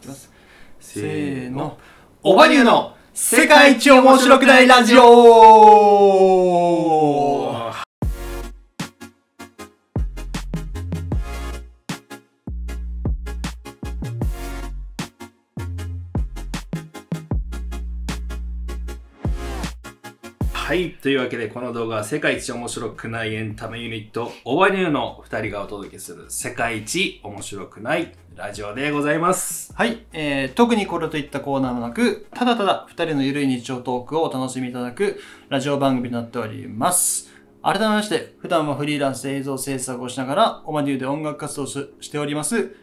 きますせせーーののおばりゅうの世界一面白くないラジオはいというわけでこの動画は世界一面白くないエンタメユニットオバニューの2人がお届けする世界一面白くないラジオでございますはい、えー特にこれといったコーナーもなく、ただただ2人のゆるい日常トークをお楽しみいただくラジオ番組となっております。改めまして、普段はフリーランスで映像制作をしながら、オマニューで音楽活動をししております。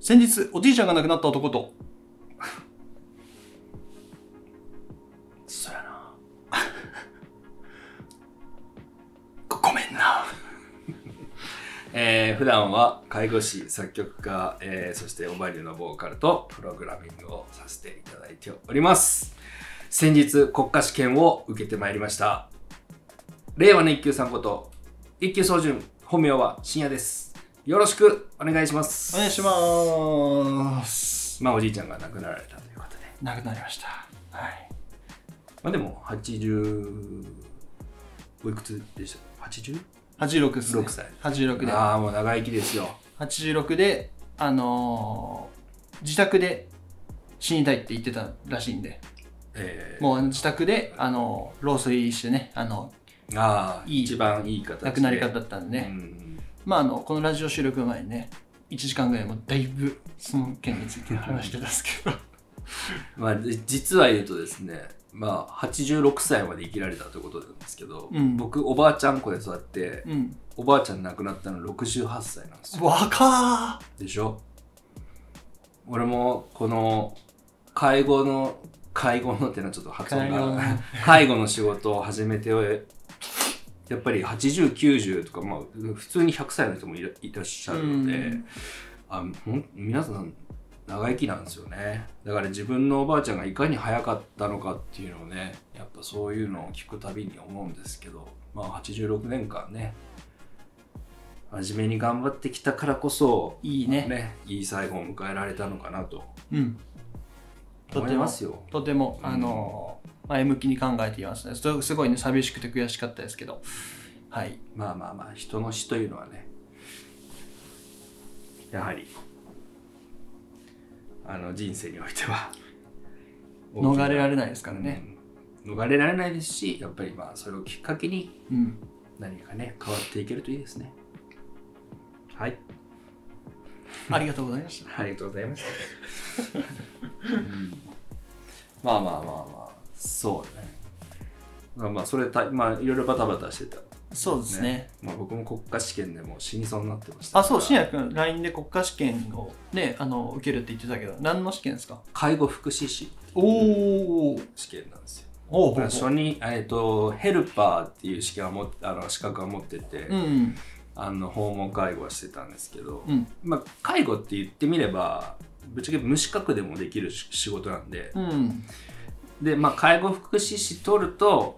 先日、おじいちゃんが亡くなった男と、そやなごごめんな。えー、普段は介護士作曲家、えーそしてオバリューのボーカルとプログラミングをさせていただいております先日国家試験を受けてまいりました令和の一級さんこと一級総順本名は深夜ですよろしくお願いしますお願いします。まあおじいちゃんが亡くなられたということで亡くなりました。はい。まあでも80おいくつでした ?80? 86です、ね。 6歳86で。ああもう長生きですよ86で、あのー自宅で死にたいって言ってたらしいんで。えー、もう自宅で、あの、老衰してね、あの、ああいい一番いい形で亡くなり方だったんでうね。んまあ、あの、このラジオ収録の前にね、1時間ぐらいもうだいぶその件について話してたんですけど。まあ、じ実は言うとですね、まあ、86歳まで生きられたということなんですけど、うん僕おばあちゃん子で育ってうん。おばあちゃん亡くなったの68歳なんですよ若でしょ俺もこの介護の介護のっていうのはちょっとー発音介護がの介護の仕事を始めてやっぱり8090とか、まあ、普通に100歳の人もいらいらっしゃるので、うんあほん皆さん長生きなんですよねだから自分のおばあちゃんがいかに早かったのかっていうのをねやっぱそういうのを聞くたびに思うんですけどまあ86年間ね真面目に頑張ってきたからこそいいね。ねいい最後を迎えられたのかなとうん。と思ていもま、すよ。とても、うんあの、前向きに考えていますね。すごすごいね、寂しくて悔しかったですけど。はい。まあまあまあ人の死というのはねやはりあの人生においては逃れられれないですからね。、うん逃れられないですしやっぱりまあそれをきっかけにうん。何かね変わっていけるといいですねはいありがとうございました。ありがとうございました、うんまあまあまあまあそうねまあまあそれたまあいろいろバタバタしてた、そうですねまあ、僕も国家試験でもう死にそうになってましたからあ、そう、信也君、LINE で国家試験をね、あの、受けるって言ってたけど、何の試験ですか介護福祉士おー。試験なんですよ。おだから初に、えっと、ヘルパーっていう試験はもあの資格は持ってて、うん。あの訪問介護はしてたんですけど、うん。まあ、介護って言ってみればぶっちゃけ無資格でもできるし仕事なんでうん。で、まあ、介護福祉士取ると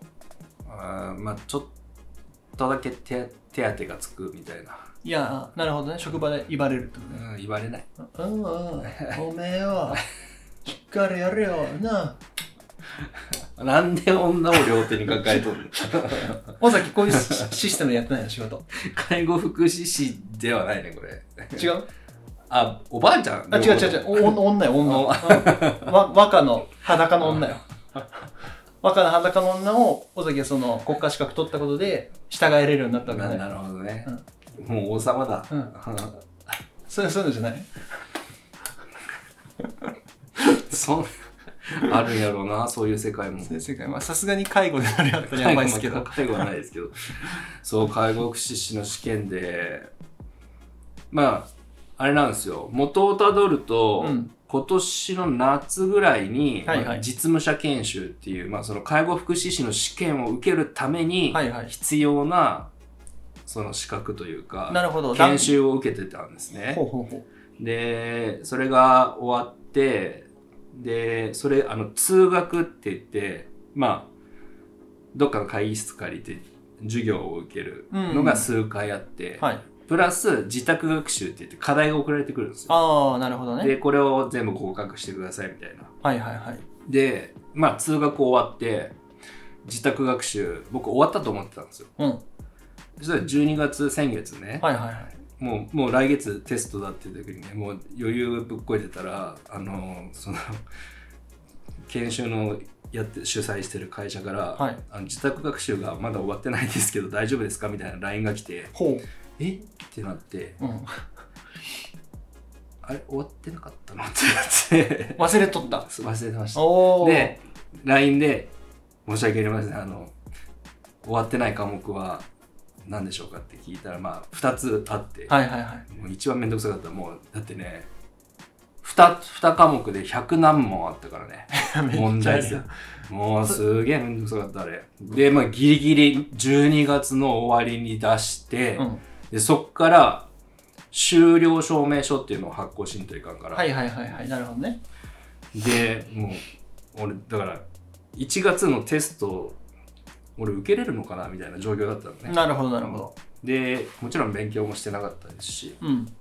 あー、まあ、ちょっとだけ手手当てがつくみたいな、いや、なるほどね。職場で言われるってこうん、言われないとね。うんうん。おめえよ。しっかりやれよ。ななんで女を両手に抱えと るのあ。尾崎、こういうシシステムでやってないの仕事。介護福祉士ではないねこれ違うあおばあちゃんあ、違う違う違う。おお女よ、 女。うんわ若の裸の女よ。若の裸の女を、尾崎はその国家資格取ったことで、従えれるようになったわけなだね。なるほどね、もう王様だ、うんそうそういうのじゃない そんあるんやろうなそういう世界もそういう世界まあさすがに介護であれやったらやばいですけど介護はないです けどそう介護福祉士の試験でまああれなんですよ元をたどると、うん今年の夏ぐらいに、はいはいまあ実務者研修っていう、まあ、その介護福祉士の試験を受けるためにはいはい必要なその資格というかなるほど研修を受けてたんですね。ほうほうほでそれが終わってでそれあの通学って言ってまあどっかの会議室借りて授業を受けるのが数回あって、うはいプラス自宅学習って言って課題が送られてくるんですよ。ああ、なるほどね。で、これを全部合格してくださいみたいな。はいはいはい。で、まあ通学終わって、自宅学習、僕終わったと思ってたんですよ。うん。そしたら12月、先月ね、はいはいはい。もう、もう来月テストだっていう時にね、もう余裕ぶっこいてたら、あの、その、研修のやって、主催してる会社から、はいあの自宅学習がまだ終わってないですけど大丈夫ですかみたいな LINE が来て、ほえってなって、う。うん。あれ終わってなかったのってなって、忘れ とった。忘れてました。おお。で、LINE で、申し訳ありません。あの、終わってない科目は何でしょうかって聞いたら、まあ、2つあって、はいはいはい。もう一番めんどくさかった。もう、だってね、2, 2科目で100何問あったから ね。 問題ですよ。もうすげえめんどくさかった、あれ。で、まあ、ギリギリ12月の終わりに出して、うん。でそっから、終了証明書っていうのを発行しんといかんから、はいはいはいはい。なるほどね。でもう俺だから1月のテスト俺受けれるのかなみたいな状況だったのねなるほどなるほど。でもちろん勉強もしてなかったですしうん。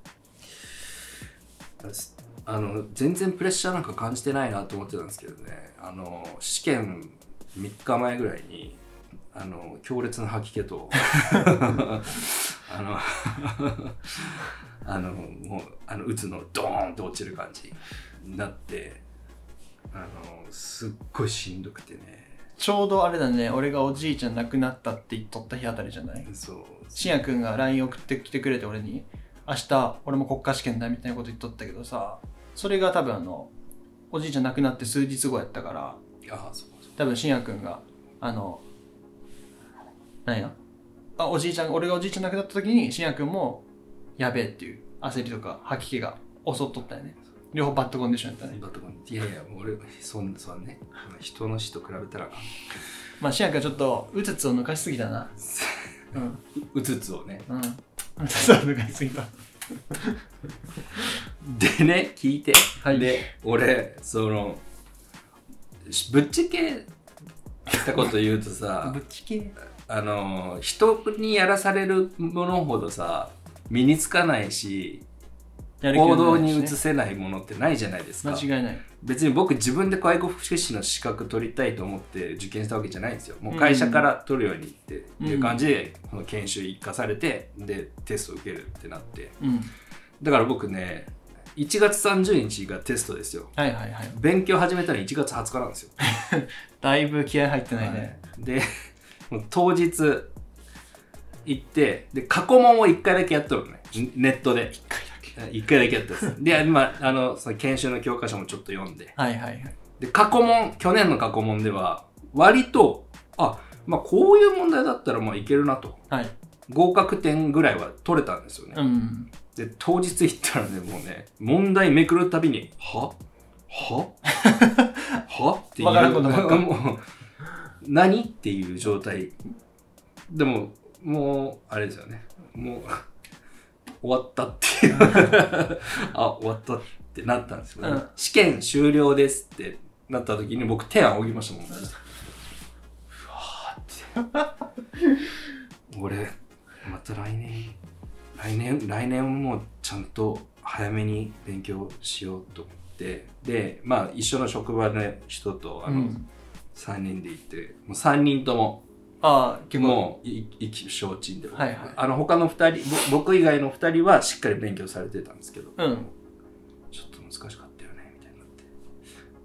あの全然プレッシャーなんか感じてないなと思ってたんですけどねあの試験3日前ぐらいにあの強烈な吐き気とあのあのもうあの打つのドーンと落ちる感じになってあのすっごいしんどくてねちょうどあれだね、俺がおじいちゃん亡くなったって言っとった日あたりじゃないそうしんやくんが LINE 送ってきてくれて俺に、明日俺も国家試験だみたいなこと言っとったけどさ、それが多分あの、おじいちゃん亡くなって数日後やったから、ああそうそう多分しんやくんがあの何やあおじいちゃん俺がおじいちゃん亡くなった時にしんやくんもやべえっていう焦りとか吐き気が襲っとったよね両方バッドコンディションやったね、だと思ういやいやもう俺そんそんね人の死と比べたらまあしんやくんはちょっとうつつを抜かしすぎた なうんうつつをねうんうつつを抜かしすぎたでね聞いてはいで俺そのしぶっちゃけたこと言うとさ ぶっちけあの人にやらされるものほどさ身につかないしや気行動ないしにね移せないものってないじゃないですか間違いない別に僕自分で外国福祉士の資格取りたいと思って受験したわけじゃないんですよもう会社から取るようにっていう感じで、この研修生かされてでテスト受けるってなってうんだから僕ね1月30日がテストですよはいはいはい勉強始めたの1月20日なんですよ。だいぶ気合入ってないね、はいで、 もう当日行って、で、過去問を1回だけやっとるのね。ネットで。1回だけ。1回だけやったん です。で、今、あの、その研修の教科書もちょっと読んで。はい、はいはいで、過去問、去年の過去問では、割と、あ、まあこういう問題だったらまあいけるなと。はい合格点ぐらいは取れたんですよね。うんで、当日行ったらね、もうね、問題めくるたびに、は ははっていう。わからんことばっか もう何っていう状態。でも、もう、あれですよね。もう、終わったって いう。あ、終わったってなったんですよ、ねうん試験終了ですってなった時に僕手仰ぎましたもん。うわーって。 俺、また来年。来年来年もちゃんと早めに勉強しようと思ってでまあ一緒の職場の人とあうの、ん3人で行ってもう3人ともああ結構もうい意気消沈で、はいはいあの他の2人ぼ僕以外の2人はしっかり勉強されてたんですけどうんちょっと難しかったよねみたいになって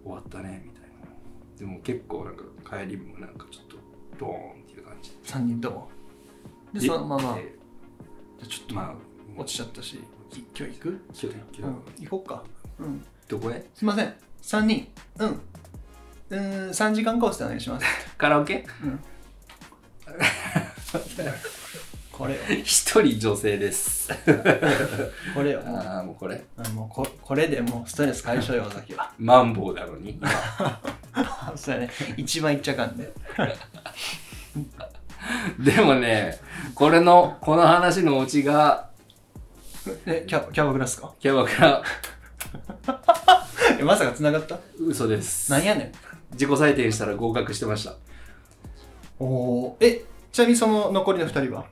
終わったねみたいなでも結構なんか帰りもなんかちょっとドーンっていう感じ3人ともでそのままでちょっとままああ落ちちゃったしい今日行く、今日う今ん、行こっか、うん、日どこへすいません3人うんうーん3時間コースでお願いします、カラオケうん、 これよ 一人女性です。これよああ、もうこれ。うんもうここれでもうストレス解消よ尾崎はマンボウなのに。 そうやね一番いっちゃかんで でもね、これの、この話のオチが、えキャキャバクラっすかキャバクラ、えまさか繋がった嘘です。なんやねん自己採点したら合格してました。おおえちなみにその残りの2人は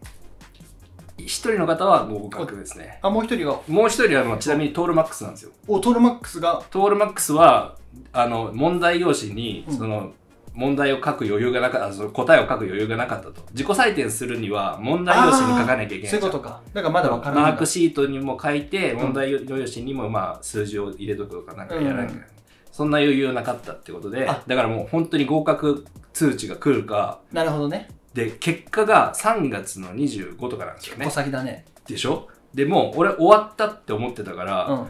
一人の方はもう合格ですね。あ、もう一人が、もう一人はあのちなみにトールマックスなんですよ。お、トールマックスが、トールマックスはあの問題用紙にうんその問題を書く余裕がなかった、あその答えを書く余裕がなかったと自己採点するには問題用紙に書かなきゃいけないそういうことか。だからまだわからマないーんだ。クシートにも書いて問題用紙にもまあ数字を入れとくとかなんかやらなきゃいけない、そんな余裕なかったってことであだからもう本当に合格通知が来るかなるほどね。で結果が3月の25とかなんですよ小ね先だね。でしょでもう俺終わったって思ってたから、うん。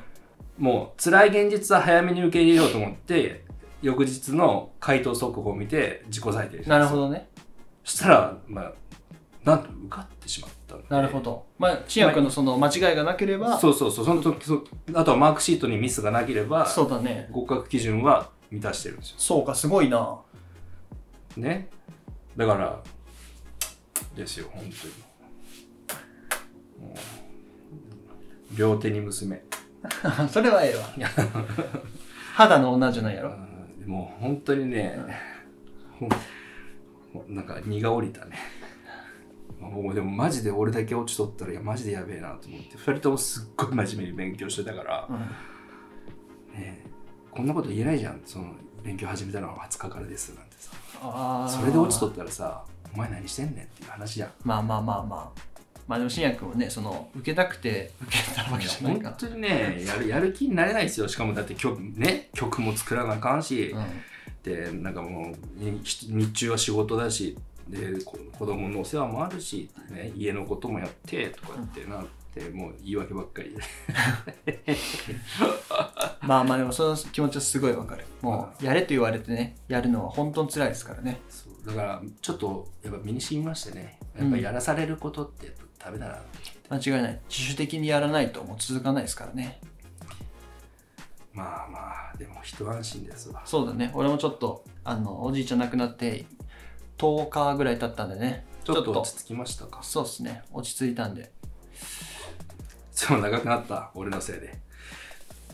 もう辛い現実は早めに受け入れようと思って翌日の回答速報を見て自己採点なるほどどね。そしたらまあなんと受かってしまったのでなるほど。まあ、新薬のその間違いがなければ、そうそうそうその時そうあとはマークシートにミスがなければそうだね。合格基準は満たしてるんですよそうか、すごいな。ねだからですよ本当にもう両手に娘 それはええわ。肌の女じゃないやろ。うんもう本当にね、ほんなんか荷が降りたね。もうでもマジで俺だけ落ちとったらいやマジでやべえなと思って2人ともすっごい真面目に勉強してたから、ねえ、こんなこと言えないじゃんその勉強始めたのは20日からですなんてさそれで落ちとっったらさお前何してんねんっていう話じゃんまあまあまあまあ。まあでも新薬もね、その、受けたくて受けたわけじゃない本か当にねやるやる気になれないですよしかもだって曲,、ね、曲も作らなあかんし、ら。うんでなんかもうい日中は仕事だしでこ子供のお世話もあるし、ね、家のこともやってとかってなって、もう言い訳ばっかりでまあまあでもその気持ちはすごいわかる。もう、やれと言われてね、やるのは本当に辛いですからね。そうだからちょっとやっぱ身に染みましてねやっぱやらされることってやっぱダメだなって、間違いない。自主的にやらないともう続かないですからね。まあまあでも一安心ですわそうだね。俺もちょっと、あの、おじいちゃん亡くなって10日ぐらい経ったんでね。ちょっと落ち着きましたかそうですね。落ち着いたんで。そう長くなった俺のせいで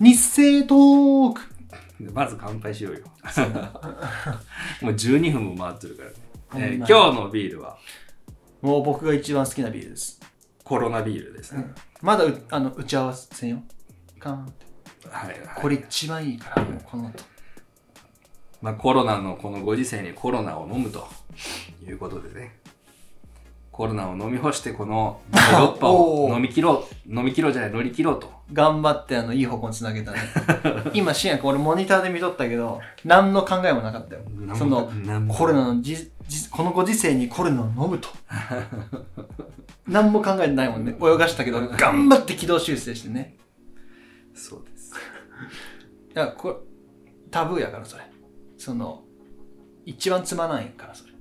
日清トークでまず乾杯しようよ もう12分も回ってるからね、ほんまえーや今日のビールはもう僕が一番好きなビールです。コロナビールですね、まだうあの打ち合わせんよ。カーンってはいはいこれ一番いいから、もうこの後。まあ、コロナのこのご時世にコロナを飲むということでねコロナを飲み干してこの第6波 おをー飲み切ろう飲み切ろうじゃない乗り切ろうと頑張ってあのいい方向につな げたね。今、新薬俺モニターで見とったけど、何の考えもなかったよ何も。その何もコロナのじじ、このご時世にコロナを飲むと。 何も考えてないもんね。泳がしたけ ど、頑張って軌道修正してね。そうですいや、これ、タブーやから、それ。その、一番つまないから、それ。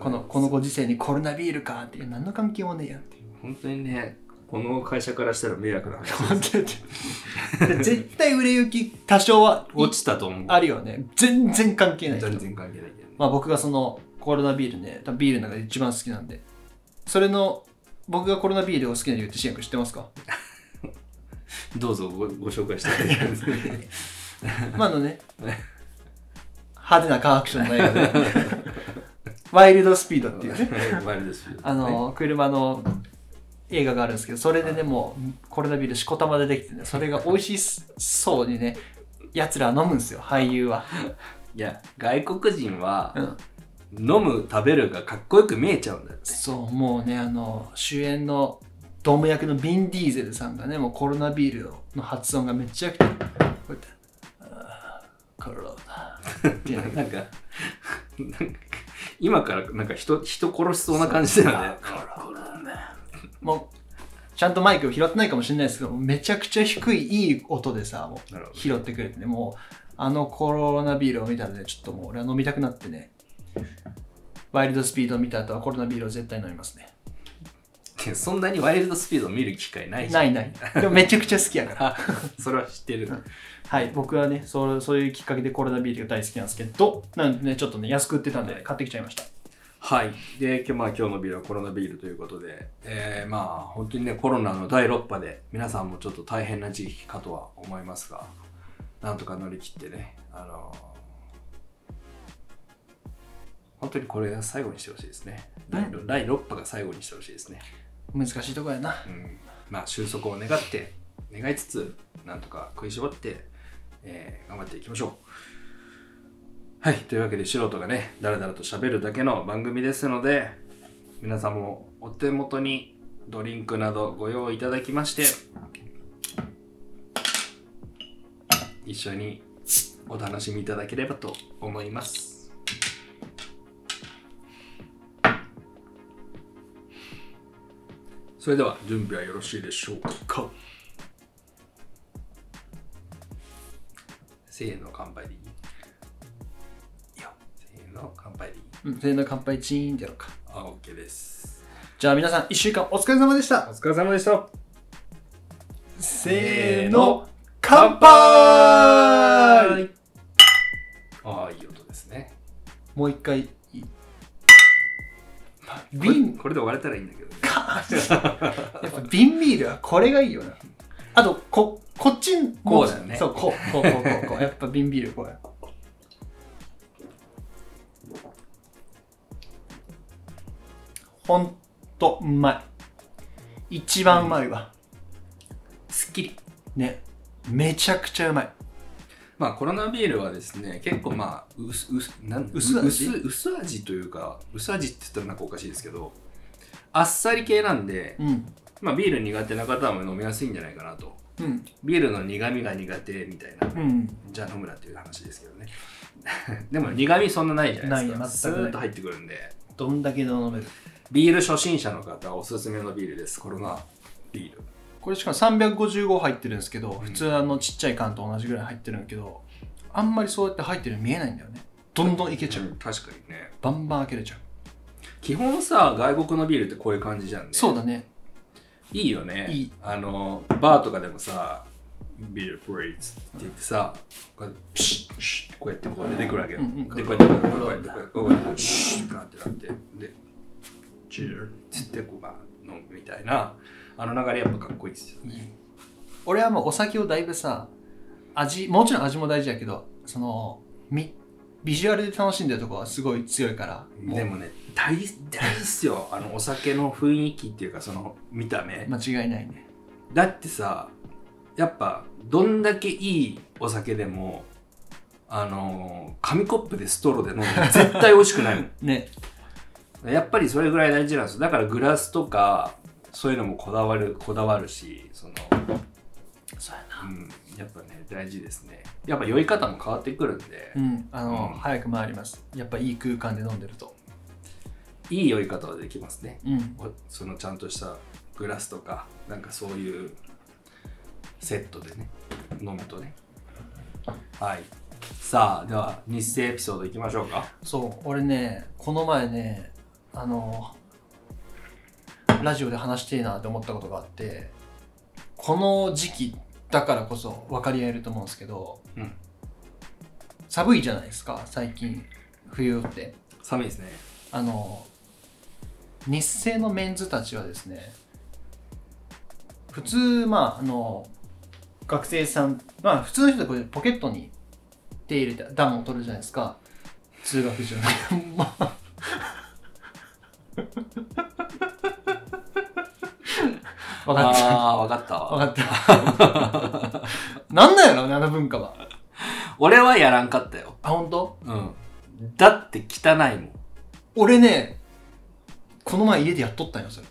このこのご時世にコロナビールかっていう何の関係もねえやんっていう本当にねこの会社からしたら迷惑な話本当にで絶対売れ行き多少は落ちたと思うあるよね全然関係ない人全然関係ないけどねまあ僕がそのコロナビールね多分ビールの中で一番好きなんでそれの僕がコロナビールを好きな理由ってシェンク知ってますかどうぞごご紹介してくださいまああのね派手なカーアクションの映画 でワイルドスピードって いうねワイルドスピードあの車の映画があるんですけどそれでねもうコロナビールしこたま出てきてねそれが美味しそうにねやつらは飲むんですよ俳優は、いや外国人はうん、飲む食べるがかっこよく見えちゃうんだよねそうもうねあの主演のドーム役のビン・ディーゼルさんがねもうコロナビールの発音がめっちゃくちゃこうやってあーコロナっていうのがなんか、 なんか今からなんか人人殺しそうな感じだよね。もうちゃんとマイクを拾ってないかもしれないですけどめちゃくちゃ低いいい音でさもうなるほど拾ってくれてねもうあのコロナビールを見たらねちょっともう俺は飲みたくなってねワイルドスピードを見た後はコロナビールを絶対飲みますねそんなにワイルドスピードを見る機会ないじゃん。ない ないでもめちゃくちゃ好きやからそれは知ってる。はい僕はねそうそういうきっかけでコロナビールが大好きなんですけどなんでねちょっとね安く売ってたんで買ってきちゃいましたはい。で、今日,、まあ、今日のビールはコロナビールということで、えー、まあ本当にね、コロナの第6波で皆さんもちょっと大変な時期かとは思いますが、なんとか乗り切ってね、あの本当にこれが最後にしてほしいですね。第う6波が最後にしてほしいですね。難しいとこやな。うん、まあ収束を願って願いつつなんとか食いしばって、えー頑張っていきましょうはいというわけで素人がねだらだらと喋るだけの番組ですので皆さんもお手元にドリンクなどご用意いただきまして一緒にお楽しみいただければと思いますそれでは準備はよろしいでしょうかせーの乾杯でいいいやせーの乾杯でいいうん、全の乾杯チーンってやろうか。あ OK ですじゃあ皆さん、1週間お疲れ様でしおた。疲れ様でしたせーの、乾杯ああいい音ですねもう一回いい、これ瓶これで終われたらいいんだけどねやっぱ瓶ビールはこれがいいよな。あと、こ、こっちん、こうだよねそう、こう、こう、こう、こう、こう。やっぱ瓶ビールこうや。ほんと、うまい。一番うまいわ。すっきりね。めちゃくちゃうまい。まあコロナビールはですね結構まあ薄薄なん薄味薄薄味というか薄味って言ったらなんかおかしいですけどあっさり系なんで、うん。まあ、ビール苦手な方も飲みやすいんじゃないかなとうん。ビールの苦味が苦手みたいなうん。じゃあ飲むなっていう話ですけどねでも苦味そんなないじゃないですなかいス全くないーッと入ってくるんでどんだけ飲めるビール初心者の方おすすめのビールですコロナビールこれしかも355入ってるんですけど、ん普通あのちっちゃい缶と同じぐらい入ってるんだけどあんまりそうやって入ってるの見えないんだよねどんどんいけちゃう、確かにねバンバン開けれちゃう、基本さ外国のビールってこういう感じじゃんねそうだねいいよねいいあのバーとかでもさビールプレイズって言ってさこうやってピシッピシッこうやってこう出てくるわけよ、うんうんでこうやってこうやってこうやってこうやってシュッガーってなってでチェルって言ってこうまあ飲むみたいなあの流れやっぱかっこいいですよね、俺はもうお酒をだいぶさ味もちろん味も大事やけどそのみビジュアルで楽しんでるとこはすごい強いからうでもね大大っすよあのお酒の雰囲気っていうかその見た目、間違いないねだってさやっぱどんだけいいお酒でもあのー紙コップでストローで飲んで絶対美味しくないもね んやっぱりそれぐらい大事なんですよだからグラスとかそういうのもこだわるこだわるしそのそうやうんやっぱね大事ですねやっぱ酔い方も変わってくるんで、うんあの、うん早く回りますやっぱいい空間で飲んでるといい酔い方はできますねうんおそのちゃんとしたグラスとかなんかそういうセットでね飲むとねはいさあでは日生エピソードいきましょうかそう俺ねこの前ねあのラジオで話していいなって思ったことがあってこの時期だからこそ分かり合えると思うんですけど、うん寒いじゃないですか最近冬って寒いですねあの日清のメンズたちはですね普通まああの学生さんまあ普通の人ってこれポケットに手入れて暖を取るじゃないですか通学時のま あ分かったああ分かったわ分かったなんなんやろうねあの文化は俺はやらんかったよあ本当うんだって汚いもん俺ねこの前家でやっとったんよそれ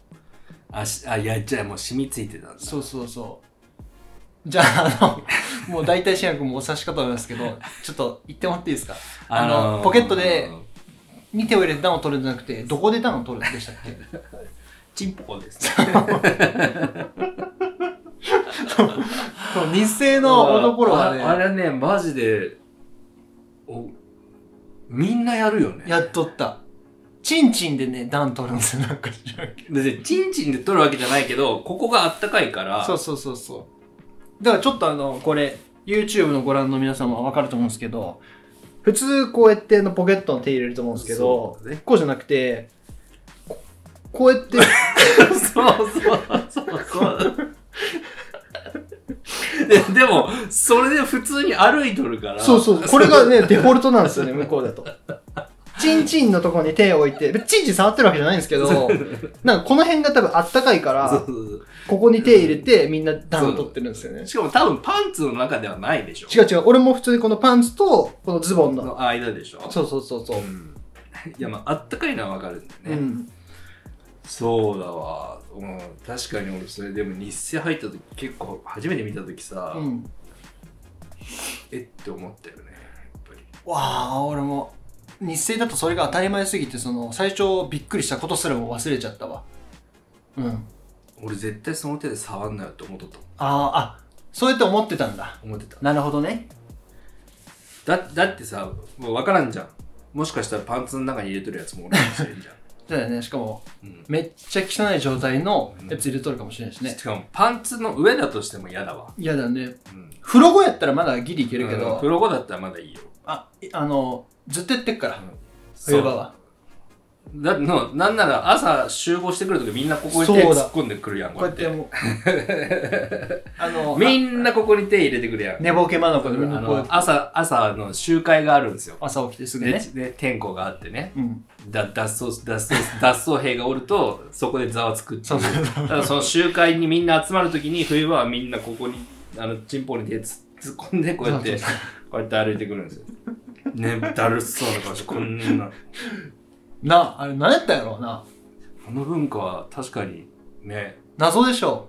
あしあいやじゃあもう染みついてたんだそうそうそう。じゃあ、あの、もう 大体シェア君もお察しかと思いますけど、ちょっと言ってもらっていいですかあのポケットで見てを入れて段を取るんじゃなくて、どこで段を取るんでしたっけチンポコ ですねそう日清の男はああね、れねマジでおみんなやるよねやっとった。チンチンでね、段取るんですよ、なんか知らんけ別にチンチンで取るわけじゃないけどここがあったかいかどらそうそうそうそう。だからちょっとあの、これ、YouTube のご覧の皆様はわかると思うんですけど、普通こうやってあのポケットの手入れると思うんですけどそ、うだねこうじゃなくて、ここうやって、 そうそうそうそうででもそれで普通に歩いとるから そうそう、これがね、デフォルトなんですよね、向こうだと。チンチンのところに手を置いて、別にチンチン触ってるわけじゃないんですけ ど、なんかこの辺が多分あったかいかそうらそ、うそうここに手入れてみんな暖を取ってるんですよね。しかも多分パンツの中ではないでしょ違う違う、俺も普通にこのパンツとこのズボンの。の間でしょそうそうそうそうう。んいやまああったかいのはわかるんだようね、ん。そうだわ、うん、確かに俺それでも日清入った時結構初めて見た時さ、うん。えって思ったよねやっぱりわあ、俺も。日清だとそれが当たり前すぎて、その、最初びっくりしたことすらも忘れちゃったわ。うん。あ俺絶対その手で触んなよって思っとったあ、あ、そうやって思ってたんだ。思ってたなるほどね。だだってさもう分からんじゃんもしかしたらパンツの中に入れてるやつも俺かもしれんじゃん、そうだよね。しかも、うんめっちゃ汚い状態のやつ入れとるかもしれない しねし。かもパンツの上だとしても嫌だわ、嫌だね。うん、風呂後やったらまだギリいけるけうんど、プロゴだったらまだいいよあ、いあの、ずっとやってっからん、冬場は。だのなんなら朝集合してくるときみんなここにそう手だ突っ込んでくるやんこうやってもう、 あの、みんなここに手入れてくるやん寝ぼけまのあ子でみんなこうやっのて朝朝の集会があるんですよ朝起きてすぐでね。で天候があってねうん。だ脱走脱走脱走兵がおるとそこでざわつくっていそうそううただその集会にみんな集まるときに冬場はみんなここにあのチンポに手つ突っ込んでこうやってそこうやって歩いてくるんですよ ねだるそうな顔してこんなな、あれ何やったんやろうな。この文化は確かにね謎でしょ。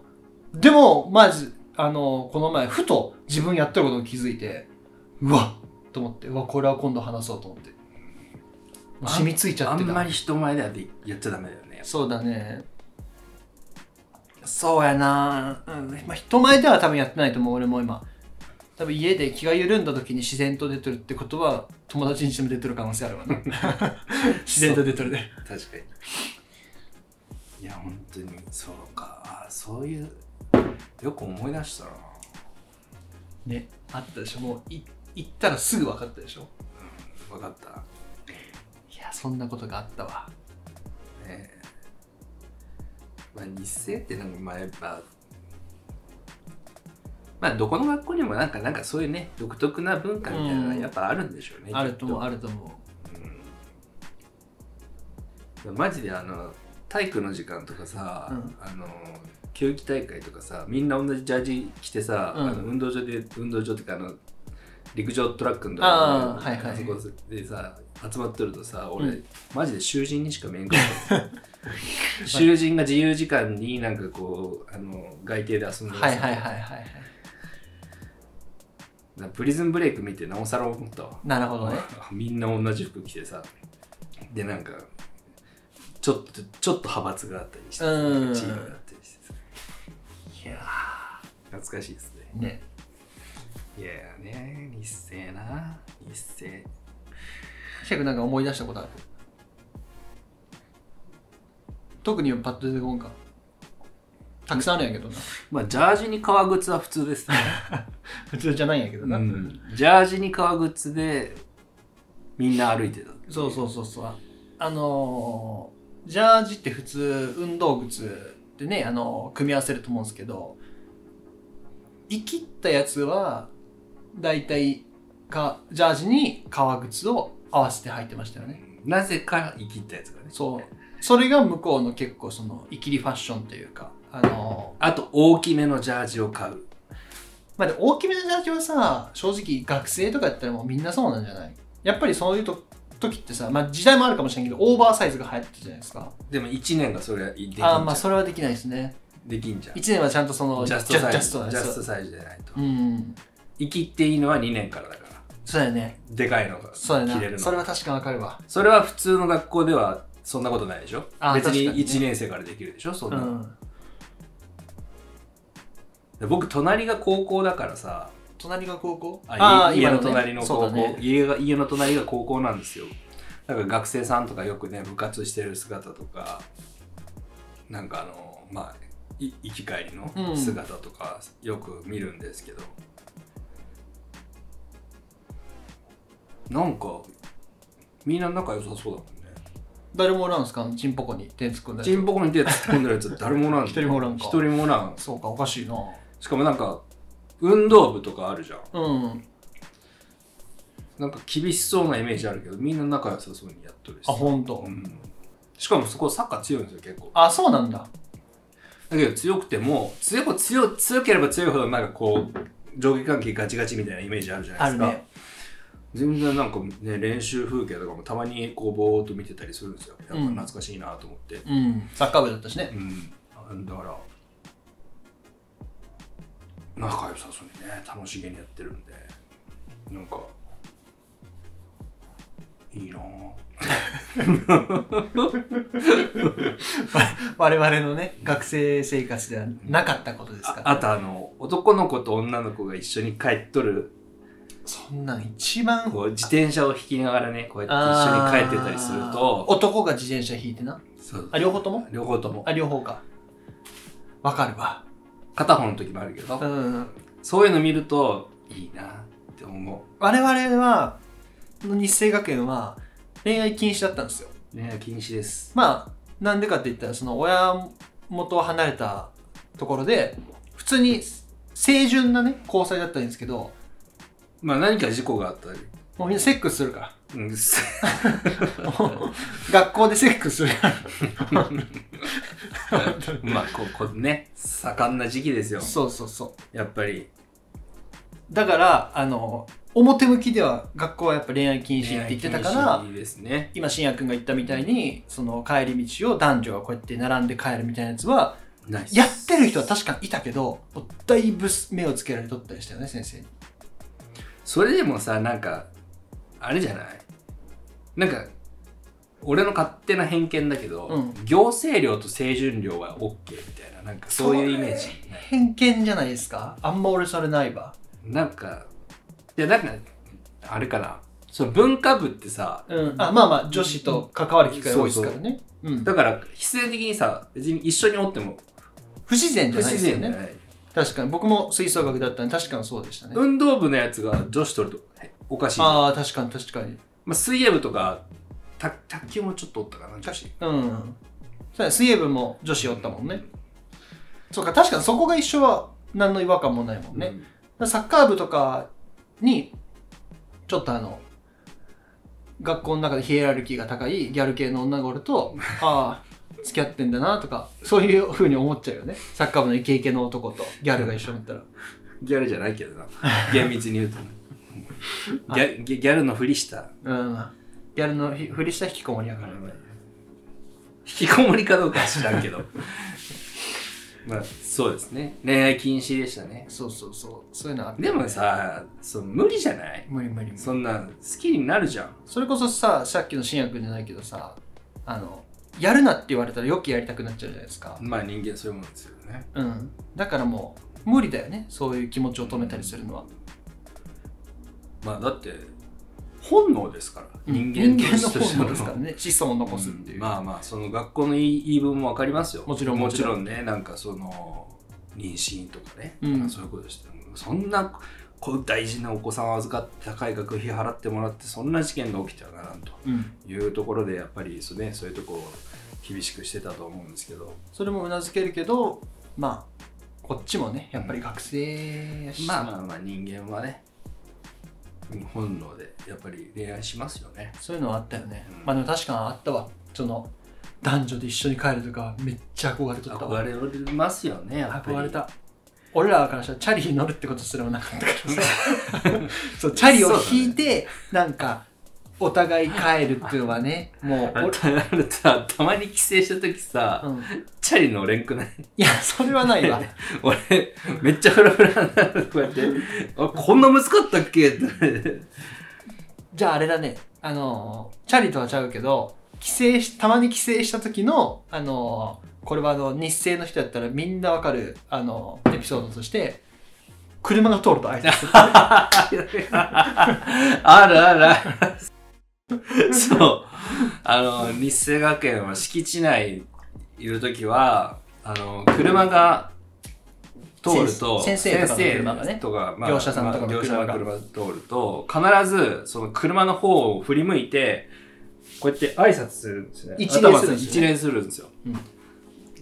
でも、まず、あの、この前、ふと自分やってることに気づいて、うわっと思って、うわ、これは今度話そうと思って。あん染みついちゃあんってまたり。人前ではでやっちゃダメだよねそうだね。そうやなうん。まあ、人前では多分やってないと思う、俺も今。多分家で気が緩んだ時に自然と出てるってことは、友達にしても出てる可能性ある わな。自然と出てるで。確かにいや本当にそうかそういうよく思い出したなねあったでしょもうい行ったらすぐ分かったでしょ分かった、いやそんなことがあったわねえまあ、日清ってなんかまあやっぱまあどこの学校にもなんかなんかそういうね独特な文化みたいなのはうんやっぱあるんでしょうね、あると思うある、ると思うん、マジであの体育の時間とかさ、うんあの球技大会とかさみんな同じジャージ着てさ、うんあの運動場で運動場っていうかあの陸上トラックのとあこーはいはいあそこでさ集まっとるとさ俺、うんマジで囚人にしか見えんかった 囚人が自由時間になんかこうあの外邸で遊うんでるさはいはいはいはいはいなんかプリズンブレイク見てなおさら思ったわなるほどねみんな同じ服着てさでなんかちょっとちょっと派閥があったりしてうんチームがあったりしてさいやー懐かしいですねねいやーね日清な日清シェフなんか思い出したことある特にパッと出てこんかたくさんあるんやけどなまあジャージに革靴は普通です ね、普通じゃないんやけどな、うんジャージに革靴でみんな歩いてたそうそうそうそうああのージャージって普通運動靴でね、あのー組み合わせると思うんですけど生きったやつはだいたいかジャージに革靴を合わせて履いてましたよねなぜか生きったやつがねそうそれが向こうの結構その生きりファッションというかあのーあと大きめのジャージを買うまあ、で大きめのジャージはさ正直学生とかやったらもうみんなそうなんじゃないやっぱりそういうと時ってさ、まあ、時代もあるかもしれんけどオーバーサイズが流行ってたじゃないですかでも1年がそれはできんじゃあんーまあそれはできないですねできんじゃん1年はちゃんとそのジャストサイズジャストなんジでャすストサイズじゃないと、うん生きていいのは2年からだからそうだよねでかいのがそう着れだよるねのそれは確かにわかるわそれは普通の学校ではそんなことないでしょあ別に確かにね1年生からできるでしょそんうな、んで僕隣が高校だからさ隣が高校あ家家のね隣の高そ校うだね家が家の隣が高校なんですよだから学生さんとかよくね部活してる姿とかなんかあのまあい行き帰りの姿とかよく見るんですけど、なんかみんな仲良さそうだもんね誰もおらんすかチンポコに手突っ込んだりチンポコに手突っ込んでるや つ誰もおらん一人もおらんか一人もおらんそうかおかしいなしかもなんか運動部とかあるじゃんうんなんか厳しそうなイメージあるけどみんな仲良さそうにやっとるしあ、ほんとう。ん、しかもそこサッカー強いんですよ結構あ、そうなんだ。だけど強くても強く強強ければ強いほどなんかこう上下関係ガチガチみたいなイメージあるじゃないあでるすか、ね。全然なんかね練習風景とかもたまにこうぼーっと見てたりするんですよやっぱ懐かしいなと思ってうん。サッカー部だったしね。うん、だから仲良さそうにね楽しげにやってるんでなんかいいなぁ我々のね、学生生活ではなかったことですかあら。あとあの男の子と女の子が一緒に帰っとるそんなん一番。こう自転車を引きながらねこうやって一緒に帰ってたりするあーと男が自転車引いてな。そうあ、両方とも両方ともあ、両方か。わかるわ。片方の時もあるけどうん。そういうの見るといいなって思我々は、の日生学園は恋愛禁止だったんですよ。うね禁止ですまあ、なんでかって言ったら、その親元を離れたところで、普通に清純なね、交際だったらいいんですけど、まあ何か事故があったりもうみんなセックスするから。うん 学校でセックスするから。まあこうこうね盛んな時期ですよそうそうそう。やっぱりだから、あの、表向きでは学校はやっぱ恋愛禁止って言ってたからい、いですね今、信也くんが言ったみたいに、その帰り道を男女がこうやって並んで帰るみたいなやつは、ナイスやってる人は確かにいたけど、もうだいぶ目をつけられとったりしたよね、先生に。それでもさなんかあれじゃないなんか俺の勝手な偏見だけど、うん行政量と清純量は OK みたいななんかそういうイメージ偏見じゃないですかあんま俺それないわ。なんかいやなんかあれかなその文化部ってさうん。あ、まあまあ、女子と関わる機会多いですからね。うん。だから必然的にさ別に一緒におっても不自然不じゃない自ですよ然じゃね。ない確かに。僕も吹奏楽だったんで、確かにそうでしたね。運動部のやつが女子取るとおかしいじゃんああ、確かに確かに。まあ、水泳部とかた卓球もちょっとおったかな女子うん。そうだね水泳部も女子おったもんね。そうか、確かにそこが一緒は何の違和感もないもんね。だかね、らサッカー部とかに、ちょっとあの、学校の中でヒエラルキーが高いギャル系の女がおる と、ああ、付き合ってんだなとか、そういうふうに思っちゃうよね。サッカー部のイケイケの男とギャルが一緒になったら。ギャルじゃないけどな厳密に言う とねギャギャギャルのふりしたうん。ギャルのひふりした引きこもりやから。引きこもりかどうかは知らんけど まあそうですね恋愛禁止でしたねそうそうそう。そういうのあって。でもさその無理じゃない無理無理無理。そんな好きになるじゃんそれこそささっきの新薬じゃないけどさあのやるなって言われたらよくやりたくなっちゃうじゃないですか、まあ人間そういうもんですよねうん、だからもう無理だよねそういう気持ちを止めたりするのはまあだって本能ですから、うとん人間のしては本能ですからね子孫を残すっていう、うんまあまあその学校の言い言い分も分かりますよもちろんもちろんねなんかその妊娠とかね、うんそういうことしてそんなこう大事なお子さんを預かって高い学費払ってもらってそんな事件が起きてはならんとうんいうところでやっぱりそう,、ね、そういうとこを厳しくしてたと思うんですけどそれもうなずけるけどまあこっちもねやっぱり学生やし、まあまあまあ人間はね本能でやっぱり恋愛しますよねそういうのはあったよね、うんまあでも確かにあったわその男女で一緒に帰るとかめっちゃ憧れとったわ憧れますよねやっぱり憧れた俺らからしたらチャリに乗るってことすらもなかったからさそうチャリを引いて、なんかお互い帰るっていうのはねもうあんたあんたたまに帰省した時さ、俺、うん、いチャリ乗れんくない やそれはないわ俺めっちゃフラフラになるこうやってあこんな難かったっけってじゃああれだねあのーチャリとはちゃうけど帰省したまに帰省した時のあのーこれはあの日生の人だったらみんなわかるあのーエピソードとして車が通るとあいつあるあるあるそうあの日生学園は敷地内いる時はあの車が通ると先生先生とかの車がね先生とかまあ業者さんとかのまあ業者車がの車が通ると必ずその車の方を振り向いてこうやって挨拶するんですね一礼するんですよね頭一礼するんですようん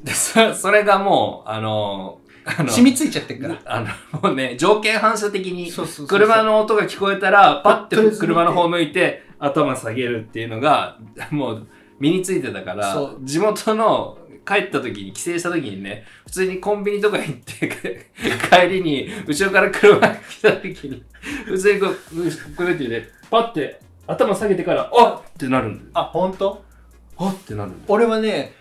でそそれがもうあのあの染みついちゃってるから。あの、もうね、条件反射的に、そうそうそう車の音が聞こえたら、パッとりあえてず車の方向いて、頭下げるっていうのが、 もう、身についてたからそ、地元の、帰った時に、帰省した時にね、普通にコンビニとか行って、 帰りに、後ろから車が来た時に、普通にこう、こうやってね、パッて、頭下げてから、あっってなるんだよ。あ、本当？あっってなるんだよ。俺はね、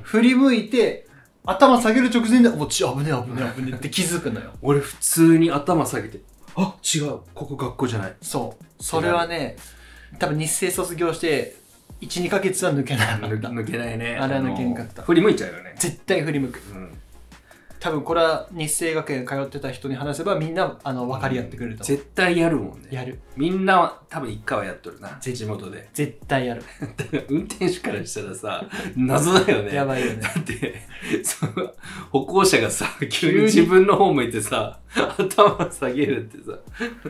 振り向いて、頭下げる直前で、おち、危ねえ危ねえ危ねえって気づくのよ。俺、普通に頭下げて、あ違う、ここ学校じゃない。そう。それはね、多分日清卒業して、1、2ヶ月は抜けなか抜けった。抜けないね。あれは抜けんんかった振り向いちゃうよね。絶対振り向く。うん多分これは日清学園通ってた人に話せば、みんな、あの、分かり合ってくれると思う。絶対やるもんねやる。みんなは多分一回はやっとるな絶地元で 絶対やる。運転手からしたらさ謎だよねやばいよね。だってその歩行者がさ急に自分の方向いてさ頭下げるってさ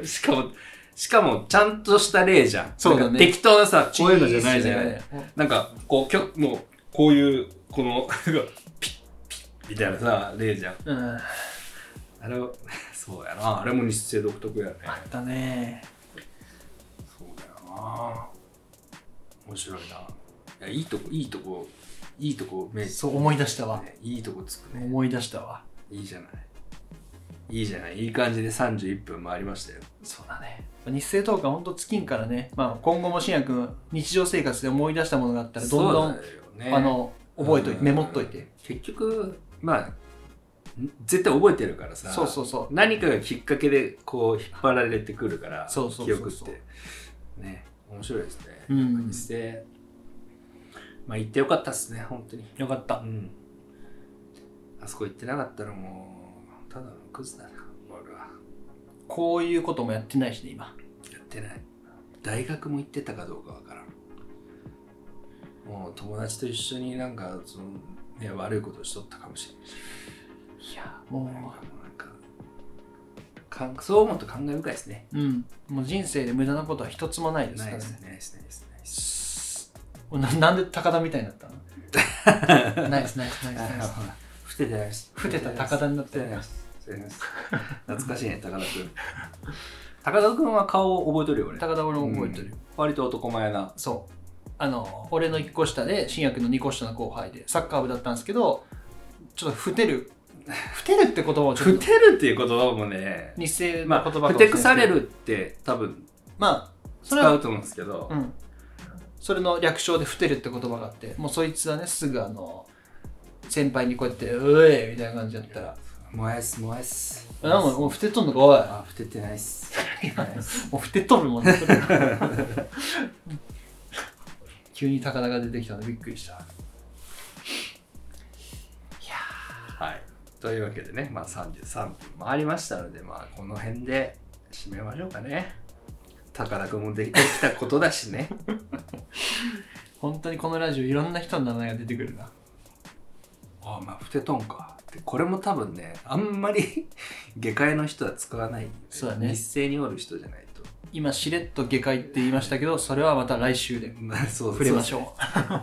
しかもしかもちゃんとした例じゃんそうだねなんか適当なさ こういうのじゃないじゃない、ね。なんかこうきょもうこういうこのピッピッみたいなさ例じゃんうん。あれは そうやなあれも日生独特やねだね。そうだよな面白いないやいいとこいいとこいいとこ目そう思い出したわ。ねいいとこつくね思い出したわ。いいじゃないいいじゃないいい感じで31分回りましたよそうだね。日清東海ほんと尽きんからね、まあ、今後も信也君日常生活で思い出したものがあったらどんどん、そうだよねあの覚えといてうんメモっといて結局まあん絶対覚えてるからさそうそうそう何かがきっかけでこう引っ張られてくるからそうそうそうそ記う憶ってね面白いですね、うんそしてまあ行ってよかったですね本当によかったうんあそこ行ってなかったらもうただのクズだな俺はこういうこともやってないしね今やってない大学も行ってたかどうかわからんもう友達と一緒になんかその、ね、悪いことしとったかもしれないしいやもなんかかんそう思うと感慨深いですねううんもう人生で無駄なことは一つもないですなかいらですねねないですねないですすななんで高田みたいになったのナイスナイスナイスナイスふててないですふてた高田になっふてててないですふててないです懐かしいね高田君高田君は顔を覚えとるよ俺高田俺も覚えてる、うん割と男前なそうあの俺の1個下で新薬の2個下の後輩でサッカー部だったんですけどちょっとふてる ふてるって言葉をちょっふとてるっていう言葉もね日清まのあ言葉かふもしれないてくされるって多分まあそれ使はうと思うんですけどうん、それの略称で「ふてる」って言葉があってもうそいつはねすぐあの先輩にこうやって「うえ」みたいな感じだったら燃やす燃やす「あもうもうふてとんのかおい」あふててないっすもうふてとるもんね急に高田が出てきたのでびっくりした はいというわけでねまあ33分回りましたのでまあこの辺で締めましょうかね高田君もできてきたことだしね本当にこのラジオいろんな人の名前が出てくるなあまあふてとんかでこれも多分ねあんまり 下界の人は使わない、そうだね一斉におる人じゃないと今しれっと下界って言いましたけどそれはまた来週でまあそう触れましょうそですね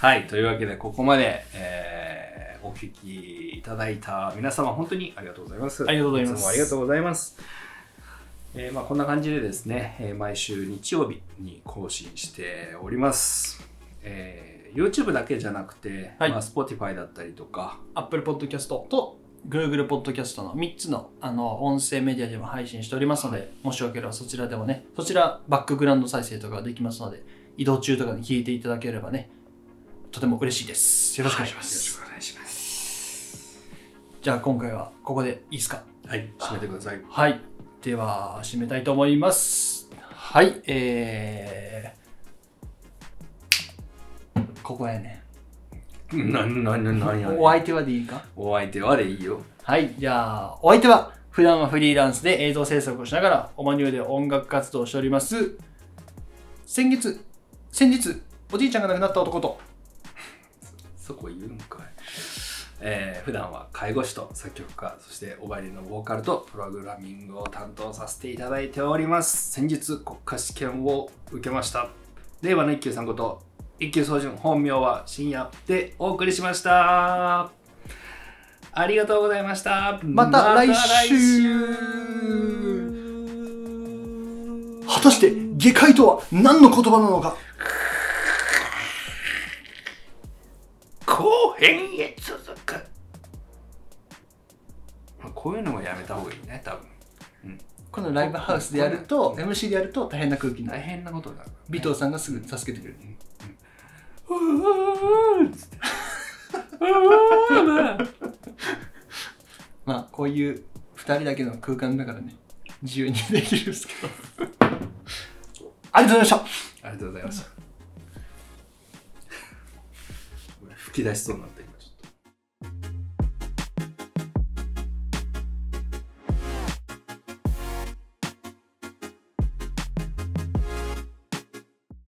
はいというわけでここまで、えーお聞きいただいた皆様本当にありがとうございますありがとうございますつもありがとうございますえーまあ、こんな感じでですね、えー毎週日曜日に更新しております、えー YouTube だけじゃなくて、はいまあ、Spotify だったりとか Apple Podcast と Google Podcast の3つのあの音声メディアでも配信しておりますので、もしよければそちらでもね、そちらバックグラウンド再生とかができますので、移動中とかに聞いていただければね、とても嬉しいです。よろしくお願いします。はいよろしくお願いしますじゃあ今回はここでいいですかはい締めてくださいはい。では、締めたいと思います。はい。えー、ここやね。ななななやねんお相手はでいいかお相手はでいいよはい、じゃあ、お相手は、普段はフリーランスで映像制作をしながら、オマニューで音楽活動をしております。先月、先日、おじいちゃんが亡くなった男と、そこ言うんかい。えー普段は介護士と作曲家、そしてオバリのボーカルとプログラミングを担当させていただいております。先日国家試験を受けました。令和の一級さんこと、一級総順本名は深夜でお送りしました。ありがとうございました。また来週また来週果たして下界とは何の言葉なのか後編へ続く。まあこういうのもやめた方がいいね、多分。このライブハウスでやると MC でやると大変な空気にな大る変なことになるからね、尾藤さんがすぐ助けてくれるうーんっつって。うーんまあまあこういう2人だけの空間だからね自由にできるんですけど ありがとうございまし たありがとうございました。吹き出しそうなんで。